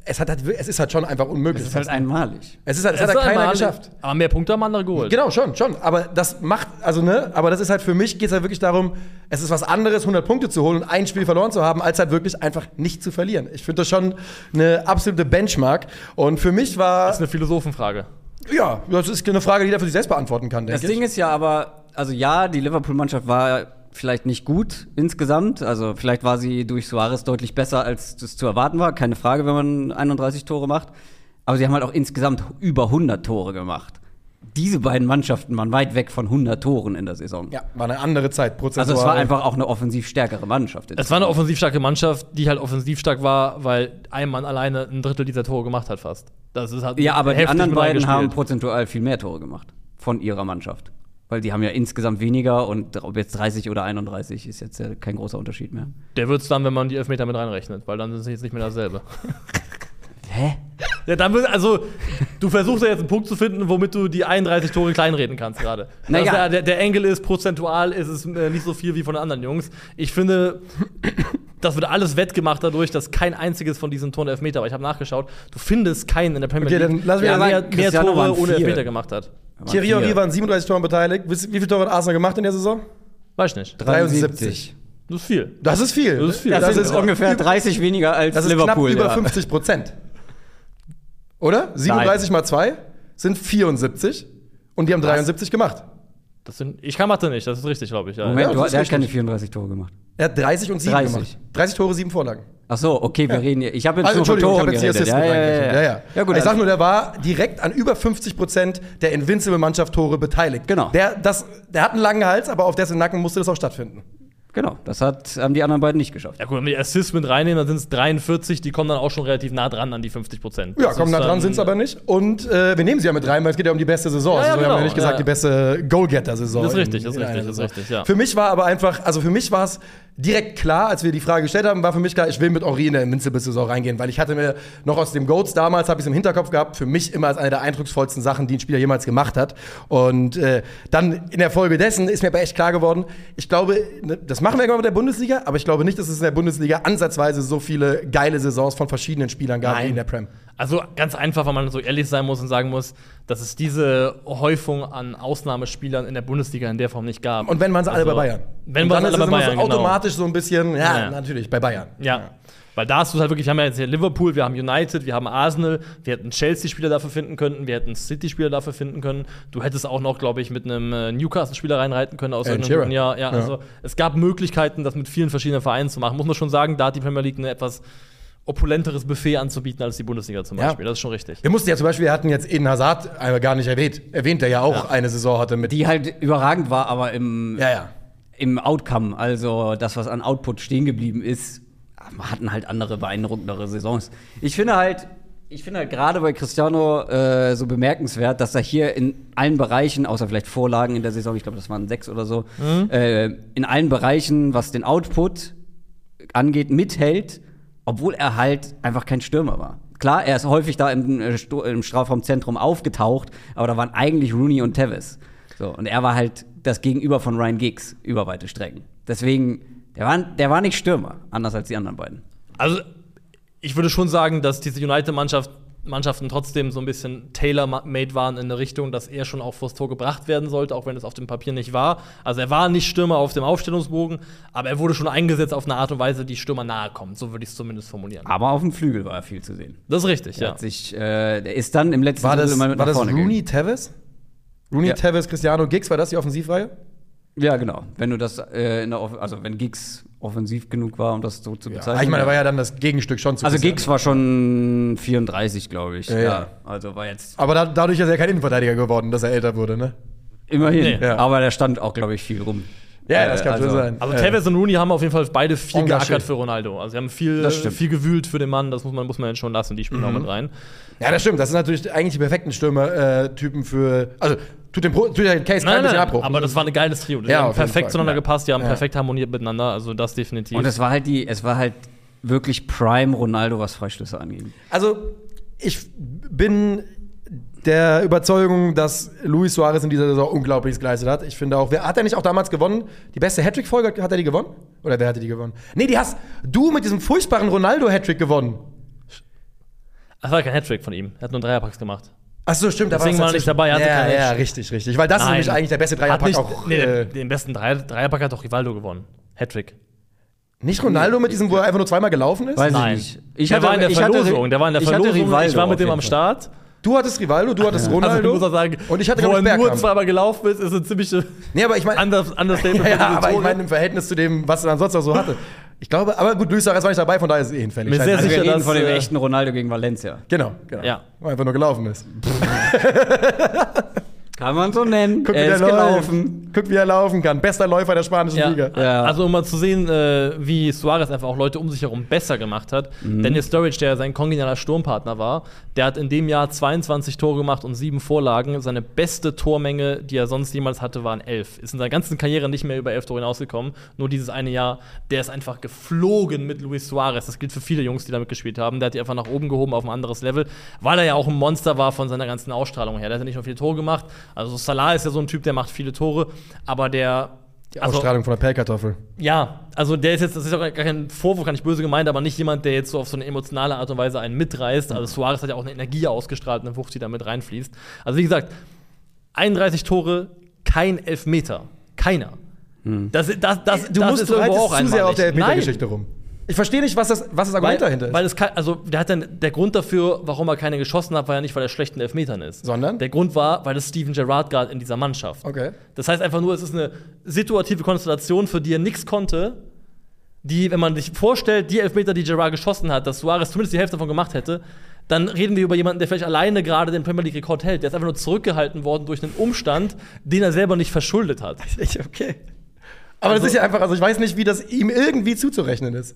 Speaker 1: es, hat halt, wir- es ist halt schon einfach unmöglich.
Speaker 3: Das ist halt einmalig.
Speaker 1: es ist halt, es
Speaker 2: Es
Speaker 1: hat
Speaker 2: war
Speaker 1: halt keiner
Speaker 2: einmal-
Speaker 1: geschafft.
Speaker 2: Aber mehr Punkte haben andere geholt.
Speaker 1: Genau, schon, schon. Aber das macht, also ne, aber das ist halt für mich, geht es halt wirklich darum, es ist was anderes, 100 Punkte zu holen und ein Spiel verloren zu haben, als halt wirklich einfach nicht zu verlieren. Ich finde das schon eine absolute Benchmark. Und für mich war,
Speaker 2: Das ist eine Philosophenfrage.
Speaker 1: ja, das ist eine Frage, die jeder für sich selbst beantworten kann,
Speaker 3: Das
Speaker 1: denke ich.
Speaker 3: Ding ist ja aber, also ja, die Liverpool-Mannschaft war vielleicht nicht gut insgesamt. Also vielleicht war sie durch Suarez deutlich besser, als es zu erwarten war. Keine Frage, wenn man 31 Tore macht. Aber sie haben halt auch insgesamt über 100 Tore gemacht. Diese beiden Mannschaften waren weit weg von 100 Toren in der Saison.
Speaker 1: Ja, war eine andere Zeit, prozentual.
Speaker 3: Also es war einfach auch eine offensiv stärkere Mannschaft.
Speaker 2: Es war eine offensiv starke Mannschaft, die halt offensiv stark war, weil ein Mann alleine ein Drittel dieser Tore gemacht hat fast. Das ist halt
Speaker 3: ja, aber die
Speaker 2: heftig
Speaker 3: anderen
Speaker 2: mit
Speaker 3: beiden haben
Speaker 2: reingespielt.
Speaker 3: prozentual viel mehr Tore gemacht von ihrer Mannschaft. Weil die haben ja insgesamt weniger und ob jetzt 30 oder 31 ist jetzt ja kein großer Unterschied mehr.
Speaker 2: Der wird's dann, wenn man die Elfmeter mit reinrechnet, weil dann sind sie jetzt nicht mehr dasselbe.
Speaker 3: Hä?
Speaker 2: ja, dann wird, also du versuchst ja jetzt einen Punkt zu finden, womit du die 31 Tore kleinreden kannst gerade.
Speaker 3: Naja.
Speaker 2: Dass Der, der, der Engel ist prozentual ist es äh, nicht so viel wie von den anderen Jungs. Ich finde das wird alles wettgemacht dadurch, dass kein einziges von diesen Toren Elfmeter war. Ich habe nachgeschaut. Du findest keinen in der Premier
Speaker 1: Okay,
Speaker 2: League,
Speaker 1: dann lass mich
Speaker 2: der
Speaker 1: aber
Speaker 2: mehr,
Speaker 3: sagen,
Speaker 2: mehr
Speaker 3: Cristiano
Speaker 2: Tore
Speaker 3: waren
Speaker 2: ohne
Speaker 3: vier.
Speaker 2: Elfmeter gemacht hat.
Speaker 1: Thierry
Speaker 3: Waren vier.
Speaker 1: Henry waren 37 Toren beteiligt. Wisst- Wie viele Tore hat Arsenal gemacht in der Saison?
Speaker 2: Weiß ich nicht.
Speaker 1: Drei- 73.
Speaker 2: Das ist viel.
Speaker 1: Das ist viel.
Speaker 2: Das ist viel.
Speaker 1: Das,
Speaker 2: Das
Speaker 1: ist,
Speaker 3: ungefähr 30 weniger als
Speaker 1: das ist
Speaker 3: Liverpool.
Speaker 1: knapp über
Speaker 3: ja.
Speaker 1: 50 Prozent. Oder? 37 mal 2 sind 74 und die haben 73 gemacht.
Speaker 2: Das sind, ich kann Mathe nicht, das ist richtig, glaube ich. Ja.
Speaker 1: Ja,
Speaker 3: Moment, du,
Speaker 1: das ist
Speaker 3: der hat keine
Speaker 1: richtig.
Speaker 3: 34 Tore gemacht.
Speaker 1: Er hat 30 und 7
Speaker 3: 30.
Speaker 1: gemacht. 30 Tore, 7 Vorlagen.
Speaker 3: Ach so, okay, wir reden hier. Ich habe jetzt
Speaker 1: Also,
Speaker 3: nur von
Speaker 1: Entschuldigung, ich
Speaker 3: Toren
Speaker 1: habe jetzt die
Speaker 3: geredet.
Speaker 1: Assisten
Speaker 3: Ja,
Speaker 1: mit
Speaker 3: ja, ja,
Speaker 1: reingerechnet.
Speaker 3: ja. Ja, gut,
Speaker 1: ich sag
Speaker 3: also,
Speaker 1: nur, der war direkt an über 50 Prozent der Invincible-Mannschaft Tore beteiligt.
Speaker 3: Genau.
Speaker 1: Der, das, der hat einen langen Hals, aber auf dessen Nacken musste das auch stattfinden.
Speaker 3: genau, das hat, haben die anderen beiden nicht geschafft.
Speaker 2: Ja, gut, wenn wir die Assists mit reinnehmen, dann sind es 43, die kommen dann auch schon relativ nah dran an die 50 Prozent.
Speaker 1: Ja, komm, da dran sind es aber nicht. Und äh, wir nehmen sie ja mit rein, weil es geht ja um die beste Saison.
Speaker 2: Ja, ja,
Speaker 1: also, wir haben ja
Speaker 2: genau.
Speaker 1: nicht gesagt,
Speaker 2: Ja.
Speaker 1: die beste Goalgetter-Saison.
Speaker 2: Das ist
Speaker 1: in-
Speaker 2: richtig, das ist
Speaker 1: in einer
Speaker 2: richtig, das ist
Speaker 1: Saison.
Speaker 2: richtig, ja.
Speaker 1: Für mich war aber einfach, also für mich war es direkt klar, als wir die Frage gestellt haben, war für mich klar, ich will mit Ori in der Invincible-Saison reingehen, weil ich hatte mir noch aus dem Goats damals, habe ich es im Hinterkopf gehabt, für mich immer als eine der eindrucksvollsten Sachen, die ein Spieler jemals gemacht hat. Und äh, dann in der Folge dessen ist mir aber echt klar geworden, ich glaube, ne, das machen wir irgendwann mit der Bundesliga, aber ich glaube nicht, dass es in der Bundesliga ansatzweise so viele geile Saisons von verschiedenen Spielern gab wie
Speaker 2: Nein.
Speaker 1: in der Prem.
Speaker 2: Also ganz einfach, weil man so ehrlich sein muss und sagen muss, dass es diese Häufung an Ausnahmespielern in der Bundesliga in der Form nicht gab. Also,
Speaker 1: Und wenn man sie alle bei Bayern.
Speaker 2: Wenn
Speaker 1: Und
Speaker 2: waren
Speaker 1: dann ist
Speaker 2: sie alle
Speaker 1: es
Speaker 2: bei
Speaker 1: immer
Speaker 2: Bayern,
Speaker 1: so
Speaker 2: genau.
Speaker 1: automatisch so ein bisschen, ja,
Speaker 2: Ja.
Speaker 1: natürlich, bei Bayern.
Speaker 2: Ja. Weil da hast du halt wirklich, wir haben ja jetzt hier Liverpool, wir haben United, wir haben Arsenal, wir hätten Chelsea-Spieler dafür finden können, wir hätten City-Spieler dafür finden können. Du hättest auch noch, glaube ich, mit einem äh, Newcastle-Spieler reinreiten können aus
Speaker 1: Alan
Speaker 2: irgendeinem guten
Speaker 1: Shearer.
Speaker 2: Jahr. Ja,
Speaker 1: Ja.
Speaker 2: also es gab Möglichkeiten, das mit vielen verschiedenen Vereinen zu machen. Muss man schon sagen, da hat die Premier League ein etwas opulenteres Buffet anzubieten als die Bundesliga zum
Speaker 1: Ja.
Speaker 2: Beispiel. Das ist schon richtig.
Speaker 1: Wir mussten ja zum Beispiel, wir hatten jetzt Eden Hazard einmal gar nicht erwähnt, erwähnt, der ja auch eine Saison hatte mit.
Speaker 3: Die halt überragend war, aber im,
Speaker 1: ja, ja.
Speaker 3: im Outcome, also das, was an Output stehen geblieben ist, hatten halt andere beeindruckendere Saisons. Ich finde halt, ich finde halt gerade bei Cristiano äh, so bemerkenswert, dass er hier in allen Bereichen, außer vielleicht Vorlagen in der Saison, ich glaube, das waren sechs oder so, äh, in allen Bereichen, was den Output angeht, mithält, obwohl er halt einfach kein Stürmer war. Klar, er ist häufig da im, äh, Sto- im Strafraumzentrum aufgetaucht, aber da waren eigentlich Rooney und Tevez. So, und er war halt das Gegenüber von Ryan Giggs über weite Strecken. Deswegen, der war, der war nicht Stürmer, anders als die anderen beiden.
Speaker 2: Also, ich würde schon sagen, dass diese United-Mannschaft. Mannschaften trotzdem so ein bisschen tailor-made waren in der Richtung, dass er schon auch vors Tor gebracht werden sollte, auch wenn es auf dem Papier nicht war. Also er war nicht Stürmer auf dem Aufstellungsbogen, aber er wurde schon eingesetzt auf eine Art und Weise, die Stürmer nahe kommt. So würde ich es zumindest formulieren.
Speaker 3: Aber auf dem Flügel war er viel zu sehen.
Speaker 2: Das ist richtig,
Speaker 3: Der,
Speaker 2: ja.
Speaker 3: hat sich, äh, der ist dann im letzten
Speaker 1: War das,
Speaker 3: Drittel
Speaker 1: war das
Speaker 3: gegangen.
Speaker 1: Rooney Tevez? Rooney
Speaker 3: Ja.
Speaker 1: Tevez, Cristiano Giggs, war das die Offensivreihe?
Speaker 3: Ja, genau. Wenn du das äh, in der Off also wenn Giggs offensiv genug war, um das so zu bezeichnen.
Speaker 1: Ah, ich meine, da war ja dann das Gegenstück schon zu
Speaker 3: also
Speaker 1: Cristiano.
Speaker 3: Giggs war schon 34, glaube ich.
Speaker 1: Ja, ja.
Speaker 3: Also war jetzt
Speaker 1: Aber da, dadurch ist er kein Innenverteidiger geworden, dass er älter wurde, ne?
Speaker 3: immerhin.
Speaker 2: Nee.
Speaker 1: Ja.
Speaker 3: Aber der stand auch, glaube ich, viel rum.
Speaker 1: Ja,
Speaker 3: Äh,
Speaker 1: das kann
Speaker 3: also-
Speaker 1: schon sein.
Speaker 2: Also
Speaker 1: Äh,
Speaker 2: Tevez und Rooney haben auf jeden Fall beide viel
Speaker 1: Engagiert.
Speaker 2: geackert für Ronaldo. Also sie haben viel,
Speaker 3: Das stimmt.
Speaker 2: viel gewühlt für den Mann, das muss man, muss man jetzt schon lassen, die spielen
Speaker 1: Mhm.
Speaker 2: auch mit rein.
Speaker 1: Ja, das stimmt. Das sind natürlich eigentlich die perfekten Stürmer-Typen für. Also, tut dem Pro, tut der Case kein bisschen Abbruch.
Speaker 2: aber das war ein geiles Trio. Die
Speaker 1: Ja,
Speaker 2: haben
Speaker 1: auf jeden Fall.
Speaker 2: perfekt zueinander
Speaker 1: Ja.
Speaker 2: gepasst, die haben
Speaker 1: Ja.
Speaker 2: perfekt harmoniert miteinander, also das definitiv.
Speaker 3: Und es war halt die, es war halt wirklich Prime Ronaldo, was Freistöße angeht.
Speaker 1: Also, ich bin der Überzeugung, dass Luis Suarez in dieser Saison Unglaubliches geleistet hat. Ich finde auch, wer hat er nicht auch damals gewonnen? Die beste Hattrick-Folge, hat er die gewonnen? Oder wer hatte die gewonnen? Nee, die hast du mit diesem furchtbaren Ronaldo-Hattrick gewonnen.
Speaker 2: Das war kein Hattrick von ihm. Er hat nur einen Dreierpacks gemacht.
Speaker 1: Ach so, stimmt.
Speaker 2: Deswegen war er
Speaker 1: dazwischen.
Speaker 2: nicht dabei, er hatte
Speaker 1: ja,
Speaker 2: keine
Speaker 1: ja,
Speaker 2: Hattrick.
Speaker 1: richtig, richtig. Weil das
Speaker 2: Nein.
Speaker 1: ist nämlich eigentlich der beste
Speaker 2: Hat
Speaker 1: Dreierpack
Speaker 2: nicht,
Speaker 1: auch.
Speaker 2: nee,
Speaker 1: äh,
Speaker 2: den besten Dreier, Dreierpack hat doch Rivaldo gewonnen. Hattrick.
Speaker 1: nicht Ronaldo mit diesem, wo er einfach nur zweimal gelaufen ist?
Speaker 3: Weiß
Speaker 2: Nein.
Speaker 3: ich nicht. Ich
Speaker 2: der
Speaker 3: hatte-
Speaker 2: war in der
Speaker 3: ich hatte-
Speaker 2: Verlosung. der war in der
Speaker 3: ich hatte
Speaker 2: Verlosung. ich
Speaker 3: Rivaldo
Speaker 2: war mit
Speaker 3: auf
Speaker 2: dem
Speaker 3: jeden
Speaker 2: am
Speaker 3: Fall.
Speaker 2: Start.
Speaker 1: Du hattest Rivaldo, du hattest Ronaldo.
Speaker 2: Also, ich muss auch sagen,
Speaker 1: und ich hatte
Speaker 2: wo
Speaker 1: glaub
Speaker 2: er
Speaker 1: ich,
Speaker 2: nur
Speaker 1: Bergkamp.
Speaker 2: zweimal gelaufen ist, ist ein ziemliches
Speaker 1: Nee, aber ich meine,
Speaker 2: Under Understatement.
Speaker 1: Ja,
Speaker 2: für die
Speaker 1: aber ich
Speaker 2: Zone.
Speaker 1: meine im Verhältnis zu dem, was er dann sonst noch so hatte. Ich glaube, aber gut, Luis Suarez war nicht dabei, von daher ist es eh hinfällig.
Speaker 2: Mir
Speaker 1: Scheiße.
Speaker 2: ist sehr
Speaker 3: Also wir
Speaker 2: sicher,
Speaker 3: reden
Speaker 2: dass,
Speaker 3: von dem
Speaker 2: äh,
Speaker 3: echten Ronaldo gegen Valencia.
Speaker 1: Genau, genau.
Speaker 2: Ja.
Speaker 1: Wo er einfach nur gelaufen ist.
Speaker 3: Kann man so nennen. er ist
Speaker 1: läuft.
Speaker 3: gelaufen.
Speaker 1: Guck, wie er laufen kann. Bester Läufer der spanischen
Speaker 2: ja.
Speaker 1: Liga.
Speaker 3: Ja.
Speaker 2: Also um mal zu sehen, äh, wie Suarez einfach auch Leute um sich herum besser gemacht hat. Daniel Sturridge, der sein kongenialer Sturmpartner war, der hat in dem Jahr 22 Tore gemacht und sieben Vorlagen. Seine beste Tormenge, die er sonst jemals hatte, waren elf. Ist in seiner ganzen Karriere nicht mehr über elf Tore hinausgekommen. Nur dieses eine Jahr, der ist einfach geflogen mit Luis Suarez. Das gilt für viele Jungs, die damit gespielt haben. Der hat die einfach nach oben gehoben auf ein anderes Level, weil er ja auch ein Monster war von seiner ganzen Ausstrahlung her. Der hat ja nicht nur viele Tore gemacht. Also Salah ist ja so ein Typ, der macht viele Tore, aber der
Speaker 1: Die
Speaker 2: Also-
Speaker 1: Ausstrahlung von der Pellkartoffel.
Speaker 2: ja, also der ist jetzt, das ist auch gar kein Vorwurf, gar nicht böse gemeint, aber nicht jemand, der jetzt so auf so eine emotionale Art und Weise einen mitreißt. Also Suarez hat ja auch eine Energie ausgestrahlt, eine Wucht, die da mit reinfließt. Also wie gesagt, 31 Tore, kein Elfmeter. Keiner. Das, das, das,
Speaker 1: Hm. Du
Speaker 2: das
Speaker 1: musst
Speaker 2: ist
Speaker 1: du
Speaker 2: irgendwo auch
Speaker 1: reitest zu sehr auf
Speaker 2: einmalig.
Speaker 1: der
Speaker 2: Nein,
Speaker 1: Elfmetergeschichte rum. Ich verstehe nicht, was das, was das Argument
Speaker 2: weil,
Speaker 1: dahinter ist.
Speaker 2: Weil es kann, also der hat dann der Grund dafür, warum er keine geschossen hat, war ja nicht, weil er schlecht in Elfmetern ist.
Speaker 1: Sondern?
Speaker 2: Der Grund war, weil es Steven Gerrard gerade in dieser Mannschaft.
Speaker 1: okay.
Speaker 2: Das heißt einfach nur, es ist eine situative Konstellation, für die er nichts konnte, die, wenn man sich vorstellt, die Elfmeter, die Gerrard geschossen hat, dass Suarez zumindest die Hälfte davon gemacht hätte, dann reden wir über jemanden, der vielleicht alleine gerade den Premier League-Rekord hält. Der ist einfach nur zurückgehalten worden durch einen Umstand, den er selber nicht verschuldet hat.
Speaker 1: Ich, okay. Aber das
Speaker 2: Also-
Speaker 1: ist ja einfach, also ich weiß nicht, wie das ihm irgendwie zuzurechnen ist.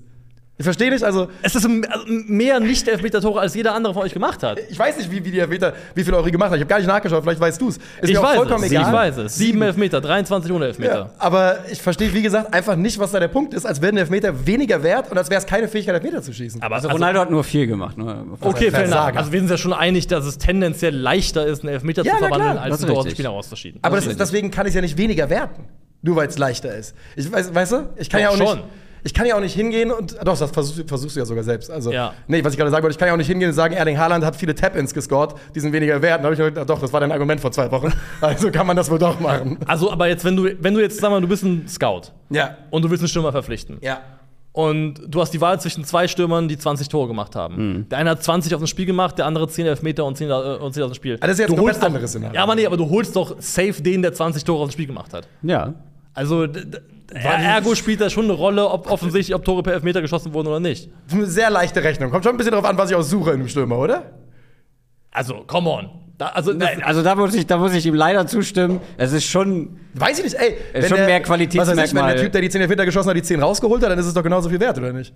Speaker 1: Ich verstehe nicht, also
Speaker 2: Es ist m- also mehr Nicht-Elfmeter-Tore, als jeder andere von euch gemacht hat.
Speaker 1: ich weiß nicht, wie, wie die Elfmeter, wie viele Euro gemacht hat. Ich habe gar nicht nachgeschaut, vielleicht weißt du es. Ist
Speaker 2: Ich
Speaker 1: mir auch
Speaker 2: weiß,
Speaker 1: vollkommen
Speaker 2: es,
Speaker 1: egal.
Speaker 2: ich weiß es. Sieben Elfmeter, 23 ohne
Speaker 1: Ja,
Speaker 2: Elfmeter.
Speaker 1: aber ich verstehe, wie gesagt, einfach nicht, was da der Punkt ist, als wäre ein Elfmeter weniger wert und als wäre es keine Fähigkeit, Elfmeter zu schießen.
Speaker 2: Aber
Speaker 3: Also
Speaker 2: also-
Speaker 3: Ronaldo hat nur vier gemacht. Ne?
Speaker 2: Okay,
Speaker 1: ein
Speaker 2: fair enough.
Speaker 1: Versager.
Speaker 2: Also wir sind ja schon einig, dass es tendenziell leichter ist, einen Elfmeter
Speaker 1: Ja,
Speaker 2: zu
Speaker 1: na
Speaker 2: verwandeln,
Speaker 1: klar,
Speaker 2: als
Speaker 3: das
Speaker 2: einen Tor
Speaker 3: ist
Speaker 2: aus dem
Speaker 3: richtig.
Speaker 2: Spiel herauszuschieden.
Speaker 1: Aber das
Speaker 3: Natürlich.
Speaker 1: ist, deswegen kann ich es ja nicht weniger werten. Nur weil es leichter ist. Ich weiß, weißt du, ich kann ja,
Speaker 2: Doch,
Speaker 1: auch
Speaker 2: schon.
Speaker 1: nicht. Ich kann ja auch nicht hingehen und. Doch, das versuchst, versuchst du ja sogar selbst. Also,
Speaker 2: Ja.
Speaker 1: nee, was ich gerade sagen wollte, ich kann ja auch nicht hingehen und sagen, Erling Haaland hat viele Tap-Ins gescored, die sind weniger wert. Dann habe ich gedacht, ah, doch, das war dein Argument vor zwei Wochen. Also kann man das wohl doch machen.
Speaker 2: Also, aber jetzt, wenn du, wenn du jetzt, sag mal, du bist ein Scout
Speaker 1: Ja.
Speaker 2: und du willst einen Stürmer verpflichten.
Speaker 1: Ja.
Speaker 2: Und du hast die Wahl zwischen zwei Stürmern, die 20 Tore gemacht haben. Der eine hat 20 auf dem Spiel gemacht, der andere 10 Elfmeter und 10, da- äh, und 10 aus dem Spiel.
Speaker 1: Ah, das ist jetzt
Speaker 2: du
Speaker 1: ein komplett
Speaker 2: holst doch-
Speaker 1: anderes Szenario.
Speaker 2: Ja, aber nee, aber du holst doch safe den, der 20 Tore auf dem Spiel gemacht hat.
Speaker 3: Ja.
Speaker 2: Also, d- d- ergo spielt da schon eine Rolle, ob offensichtlich, ob Tore per Elfmeter geschossen wurden oder nicht.
Speaker 1: Eine sehr leichte Rechnung. Kommt schon ein bisschen darauf an, was ich auch suche in einem Stürmer, oder?
Speaker 2: Also, come on. Da, also, das-
Speaker 3: Nein, also da muss, ich, da muss ich ihm leider zustimmen. Es ist schon.
Speaker 1: Weiß ich nicht, ey.
Speaker 3: Ist schon mehr Qualitätsmerkmal.
Speaker 1: Was weiß ich, wenn der Typ, der die 10 Elfmeter geschossen hat, die 10 rausgeholt hat, dann ist es doch genauso viel wert, oder nicht?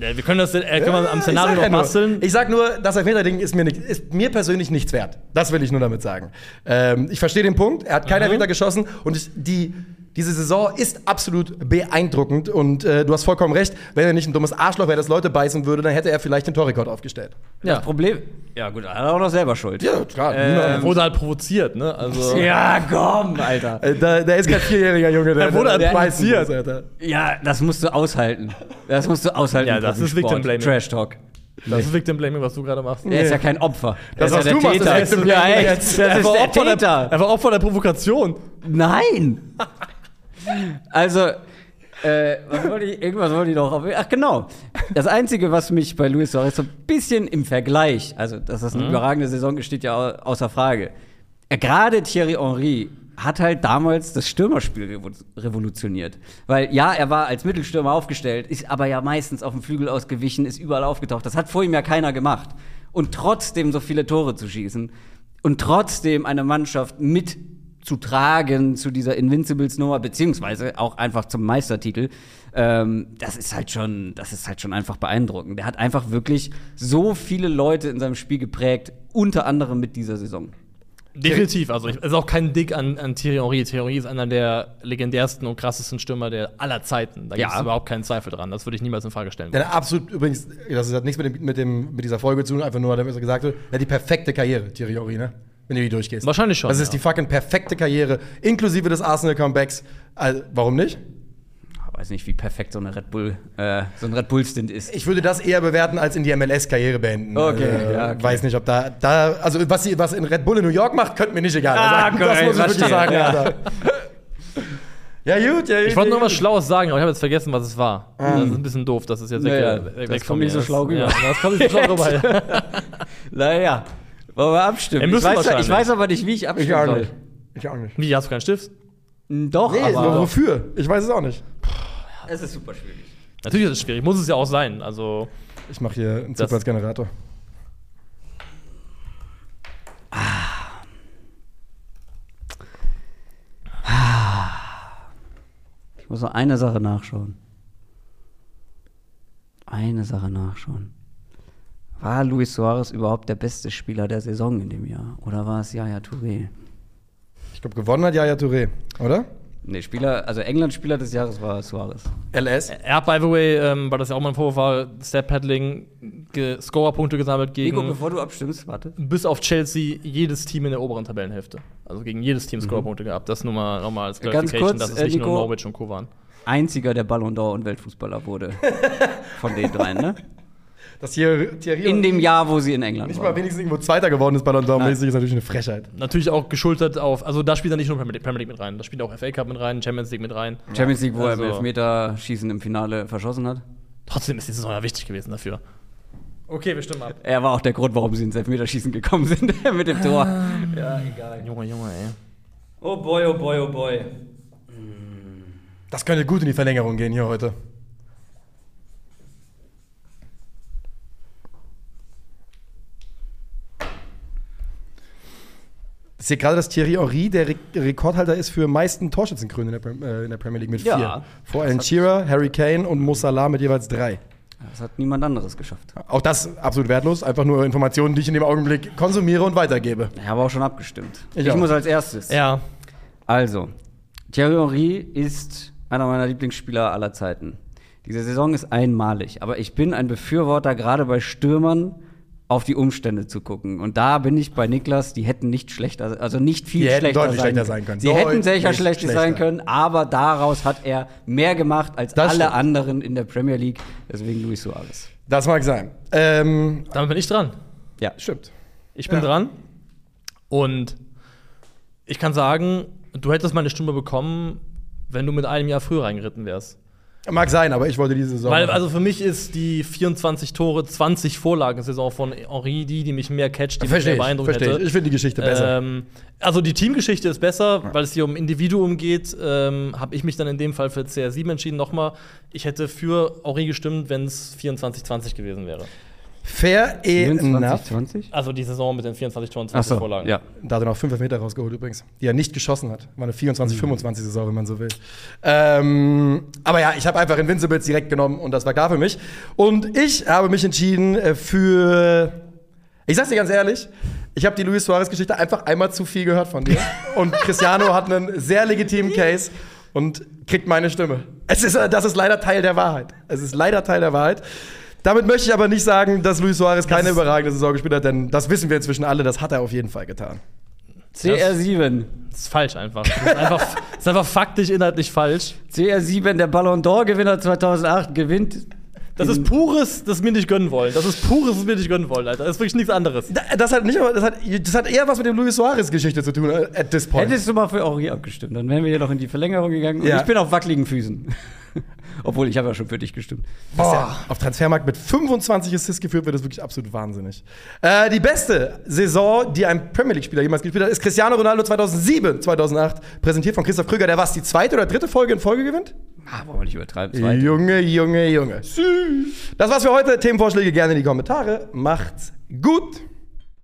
Speaker 2: ja, wir können das äh, können wir am
Speaker 1: Ja, ich sag
Speaker 2: Szenario noch
Speaker 1: ja nur.
Speaker 2: basteln.
Speaker 1: Ich sag nur, das Elfmeter-Ding ist mir, nicht, ist mir persönlich nichts wert. Das will ich nur damit sagen. Ähm, ich verstehe den Punkt. Er hat keinen
Speaker 2: Mhm.
Speaker 1: Elfmeter geschossen und ich, die, diese Saison ist absolut beeindruckend und äh, du hast vollkommen recht. Wenn er nicht ein dummes Arschloch wäre, das Leute beißen würde, dann hätte er vielleicht den Torrekord aufgestellt.
Speaker 3: Das Problem. Ja, gut, er hat auch noch selber Schuld.
Speaker 1: Ja, klar.
Speaker 2: Er wurde halt provoziert, ne? Also,
Speaker 3: Ja, komm, Alter.
Speaker 1: Äh, Da, da ist kein vierjähriger Junge, der,
Speaker 2: Er wurde
Speaker 1: der- der
Speaker 2: provoziert.
Speaker 1: beißen muss, Alter.
Speaker 3: Ja, das musst du aushalten. Das musst du aushalten.
Speaker 2: Ja,
Speaker 3: im
Speaker 2: das ist
Speaker 3: Profisport.
Speaker 2: Victim Blaming.
Speaker 3: Trash Talk.
Speaker 2: das ist Victim Blaming, was du gerade machst.
Speaker 3: Er ist ja kein Opfer. Er
Speaker 1: Das,
Speaker 3: ist ja
Speaker 1: was du machst, ist
Speaker 3: Täter.
Speaker 1: Victim
Speaker 3: ja,
Speaker 1: Blaming.
Speaker 3: echt.
Speaker 1: Jetzt-
Speaker 3: Das
Speaker 2: Er
Speaker 3: ist
Speaker 2: war
Speaker 3: der
Speaker 2: Opfer
Speaker 3: Täter.
Speaker 2: er war Opfer der Provokation.
Speaker 3: Nein! also, äh, was wollte ich, irgendwas wollte ich noch auf. Ach, genau. Das Einzige, was mich bei Luis Suarez so ein bisschen im Vergleich, also, dass das eine überragende Saison ist, steht ja au- außer Frage. Äh, Gerade Thierry Henry hat halt damals das Stürmerspiel revo- revolutioniert. Weil ja, er war als Mittelstürmer aufgestellt, ist aber ja meistens auf dem Flügel ausgewichen, ist überall aufgetaucht. Das hat vor ihm ja keiner gemacht. Und trotzdem so viele Tore zu schießen und trotzdem eine Mannschaft mit zu tragen zu dieser Invincibles-Nummer, beziehungsweise auch einfach zum Meistertitel, ähm, das ist halt schon, das ist halt schon einfach beeindruckend. Der hat einfach wirklich so viele Leute in seinem Spiel geprägt, unter anderem mit dieser Saison.
Speaker 2: Definitiv. Also, ich, es ist auch kein Dick an, an Thierry Henry. Thierry Henry ist einer der legendärsten und krassesten Stürmer der aller Zeiten. Da
Speaker 3: Ja.
Speaker 2: gibt es überhaupt keinen Zweifel dran. Das würde ich niemals in Frage stellen.
Speaker 1: Der hat absolut, übrigens, das hat nichts mit, dem, mit, dem, mit dieser Folge zu tun, einfach nur, hat er gesagt, hat, der hat die perfekte Karriere, Thierry Ori, ne? Wenn du die durchgehst.
Speaker 2: Wahrscheinlich schon,
Speaker 1: Das ist
Speaker 2: ja.
Speaker 1: die fucking perfekte Karriere, inklusive des Arsenal-Comebacks. Also, warum nicht?
Speaker 3: Ich weiß nicht, wie perfekt so eine Red Bull, äh, so ein Red Bull-Stint ist.
Speaker 1: Ich würde das eher bewerten, als in die MLS-Karriere beenden. Also,
Speaker 3: Okay, ja, okay.
Speaker 1: Weiß nicht, ob da, da also was, sie, was in Red Bull in New York macht, könnte mir nicht egal
Speaker 3: Ah,
Speaker 1: sein.
Speaker 3: korrekt,
Speaker 1: Das muss ich wirklich
Speaker 3: verstehe.
Speaker 1: sagen, Alter. ja, gut, ja, gut.
Speaker 2: Ich wollte noch
Speaker 1: ja,
Speaker 2: was
Speaker 1: gut.
Speaker 2: Schlaues sagen, aber ich habe jetzt vergessen, was es war. Das ist ein bisschen doof, dass es jetzt
Speaker 3: Ah. Naja,
Speaker 2: weg,
Speaker 3: das
Speaker 2: weg
Speaker 3: kommt
Speaker 2: von
Speaker 3: nicht
Speaker 2: mir
Speaker 3: so
Speaker 2: ist.
Speaker 3: schlau rüber.
Speaker 2: Ja, das kommt nicht so schlau rüber.
Speaker 3: Naja, wollen wir abstimmen?
Speaker 2: Wir
Speaker 3: Ich
Speaker 2: müssen
Speaker 3: weiß, ja- ich
Speaker 2: wahrscheinlich.
Speaker 3: weiß aber nicht, wie ich
Speaker 1: Ich
Speaker 3: abstimmen
Speaker 1: auch
Speaker 3: soll.
Speaker 1: nicht. Ich auch nicht.
Speaker 2: Wie, hast du keinen Stift?
Speaker 3: Hm, Doch,
Speaker 1: Nee, aber
Speaker 3: aber
Speaker 1: wofür? Ich weiß es auch nicht.
Speaker 3: es ist super schwierig.
Speaker 2: Natürlich ist es schwierig, muss es ja auch sein. Also,
Speaker 1: Ich mache hier einen
Speaker 2: Das-
Speaker 1: Zufallsgenerator.
Speaker 3: Ich muss noch eine Sache nachschauen. Eine Sache nachschauen. War Luis Suarez überhaupt der beste Spieler der Saison in dem Jahr? Oder war es Yaya Touré?
Speaker 1: Ich glaube, gewonnen hat Yaya Touré, oder?
Speaker 3: Nee, Spieler, also England-Spieler des Jahres war Suarez.
Speaker 1: LS.
Speaker 2: er hat, by the way, ähm, weil das ja auch mein Vorwurf war, Step-Paddling, ge Scorer-Punkte gesammelt
Speaker 3: Nico,
Speaker 2: gegen
Speaker 3: bevor du abstimmst, warte.
Speaker 2: bis auf Chelsea jedes Team in der oberen Tabellenhälfte. Also gegen jedes Team Scorerpunkte gehabt. Das nur mal, noch mal als
Speaker 3: Ganz
Speaker 2: Clarification,
Speaker 3: kurz,
Speaker 2: dass es
Speaker 3: Mhm. äh,
Speaker 2: nicht nur
Speaker 3: Nico.
Speaker 2: Norwich und Co. waren.
Speaker 3: Einziger, der Ballon d'Or und Weltfußballer wurde. Von den dreien, ne?
Speaker 1: Dass hier Thierry
Speaker 3: In dem Jahr, wo sie in England
Speaker 1: nicht
Speaker 3: war.
Speaker 1: mal wenigstens irgendwo Zweiter geworden ist, Ballon d'Or mäßig, ist natürlich eine Frechheit.
Speaker 2: Natürlich auch geschultert auf, also da spielt er nicht nur Premier League, Premier League mit rein, da spielt auch FA Cup mit rein, Champions League mit rein.
Speaker 3: Champions League, wo
Speaker 2: Also-
Speaker 3: er im Elfmeterschießen im Finale verschossen hat.
Speaker 2: Trotzdem ist die Saison ja wichtig gewesen dafür. Okay, wir stimmen ab.
Speaker 3: Er war auch der Grund, warum sie ins Elfmeterschießen gekommen sind mit dem Tor. Ja, egal.
Speaker 2: Junge, Junge, ey.
Speaker 3: Oh boy, oh boy, oh boy.
Speaker 1: Das könnte gut in die Verlängerung gehen hier heute. Ich sehe gerade, dass Thierry Henry der Re Rekordhalter ist für meisten Torschützenkrönen in, der Prem- äh, in der Premier League mit
Speaker 3: Ja.
Speaker 1: vier. Vor Alan Shearer, Harry Kane und Mo Salah mit jeweils drei.
Speaker 3: Das hat niemand anderes geschafft.
Speaker 1: Auch das absolut wertlos, einfach nur Informationen, die ich in dem Augenblick konsumiere und weitergebe.
Speaker 3: Ich habe auch schon abgestimmt.
Speaker 1: Ich
Speaker 3: Ich,
Speaker 1: auch.
Speaker 3: muss als erstes.
Speaker 2: Ja.
Speaker 3: Also, Thierry Henry ist einer meiner Lieblingsspieler aller Zeiten. Diese Saison ist einmalig, aber ich bin ein Befürworter, gerade bei Stürmern auf die Umstände zu gucken. Und da bin ich bei Niklas, die hätten nicht schlechter, also nicht viel
Speaker 1: Die hätten
Speaker 3: schlechter,
Speaker 1: deutlich
Speaker 3: sein,
Speaker 1: schlechter
Speaker 3: können.
Speaker 1: sein können.
Speaker 3: Sie hätten
Speaker 1: Deutlich
Speaker 3: sicher schlechter, sein
Speaker 1: schlechter.
Speaker 3: können, aber daraus hat er mehr gemacht als
Speaker 1: Das
Speaker 3: alle
Speaker 1: stimmt.
Speaker 3: anderen in der Premier League. Deswegen Luis Suarez.
Speaker 1: Das mag sein. Ähm,
Speaker 2: Damit bin ich dran.
Speaker 3: Ja,
Speaker 1: stimmt.
Speaker 2: Ich bin
Speaker 1: Ja.
Speaker 2: dran. Und ich kann sagen, du hättest meine Stimme bekommen, wenn du mit einem Jahr früher reingeritten wärst.
Speaker 1: Mag sein, aber ich wollte diese Saison.
Speaker 2: Weil, also für mich ist die 24 Tore, 20 Vorlagen-Saison von Henri die, die mich mehr catcht, die mich
Speaker 1: verstehe
Speaker 2: mehr
Speaker 1: ich.
Speaker 2: beeindruckt
Speaker 1: Verstehe ich.
Speaker 2: hätte.
Speaker 1: Ich finde die Geschichte besser.
Speaker 2: Ähm, also die Teamgeschichte ist besser, weil es hier um Individuum geht. Ähm, Habe ich mich dann in dem Fall für CR7 entschieden. Nochmal, ich hätte für Henri gestimmt, wenn es 24-20 gewesen wäre.
Speaker 1: Fair
Speaker 3: 24,
Speaker 1: enough.
Speaker 3: 20?
Speaker 2: Also die Saison mit den 24 Toren, 20
Speaker 3: Achso,
Speaker 2: Vorlagen.
Speaker 3: ja.
Speaker 1: Da hat er noch 5 Meter rausgeholt übrigens, die er nicht geschossen hat. War eine 24-25-Saison, wenn man so will. Ähm, aber ja, ich habe einfach Invincibles direkt genommen und das war klar für mich. Und ich habe mich entschieden äh, für. Ich sag's dir ganz ehrlich, ich habe die Luis Suarez-Geschichte einfach einmal zu viel gehört von dir. und Cristiano hat einen sehr legitimen Case und kriegt meine Stimme. Es ist, äh, das ist leider Teil der Wahrheit. Es ist leider Teil der Wahrheit. Damit möchte ich aber nicht sagen, dass Luis Suarez keine überragende Saison gespielt hat, denn das wissen wir inzwischen alle, das hat er auf jeden Fall getan.
Speaker 3: CR7.
Speaker 2: Das ist falsch einfach. Das ist einfach, das ist einfach faktisch, inhaltlich falsch.
Speaker 3: CR7, der Ballon d'Or-Gewinner 2008, gewinnt.
Speaker 2: Das ist pures, das mir nicht gönnen wollen. Das ist pures, das mir nicht gönnen wollen, Alter. Das ist wirklich nichts anderes.
Speaker 1: Da- Das hat, nicht, aber das, hat, das hat eher was mit dem Luis Suarez-Geschichte zu tun, äh, at this point.
Speaker 3: Hättest du mal für Henri abgestimmt, dann wären wir hier noch in die Verlängerung gegangen.
Speaker 1: Ja.
Speaker 3: Und ich bin auf wackeligen Füßen. Obwohl, ich habe ja schon für dich gestimmt.
Speaker 1: Was ja auf Transfermarkt mit 25 Assists geführt wird, ist wirklich absolut wahnsinnig. Äh, die beste Saison, die ein Premier League-Spieler jemals gespielt hat, ist Cristiano Ronaldo 2007, 2008, präsentiert von Christoph Krüger, der was, die zweite oder dritte Folge in Folge gewinnt?
Speaker 3: Ah, wollen wir nicht übertreiben. Zweite.
Speaker 1: Junge, Junge, Junge. Das war's für heute. Themenvorschläge gerne in die Kommentare. Macht's gut.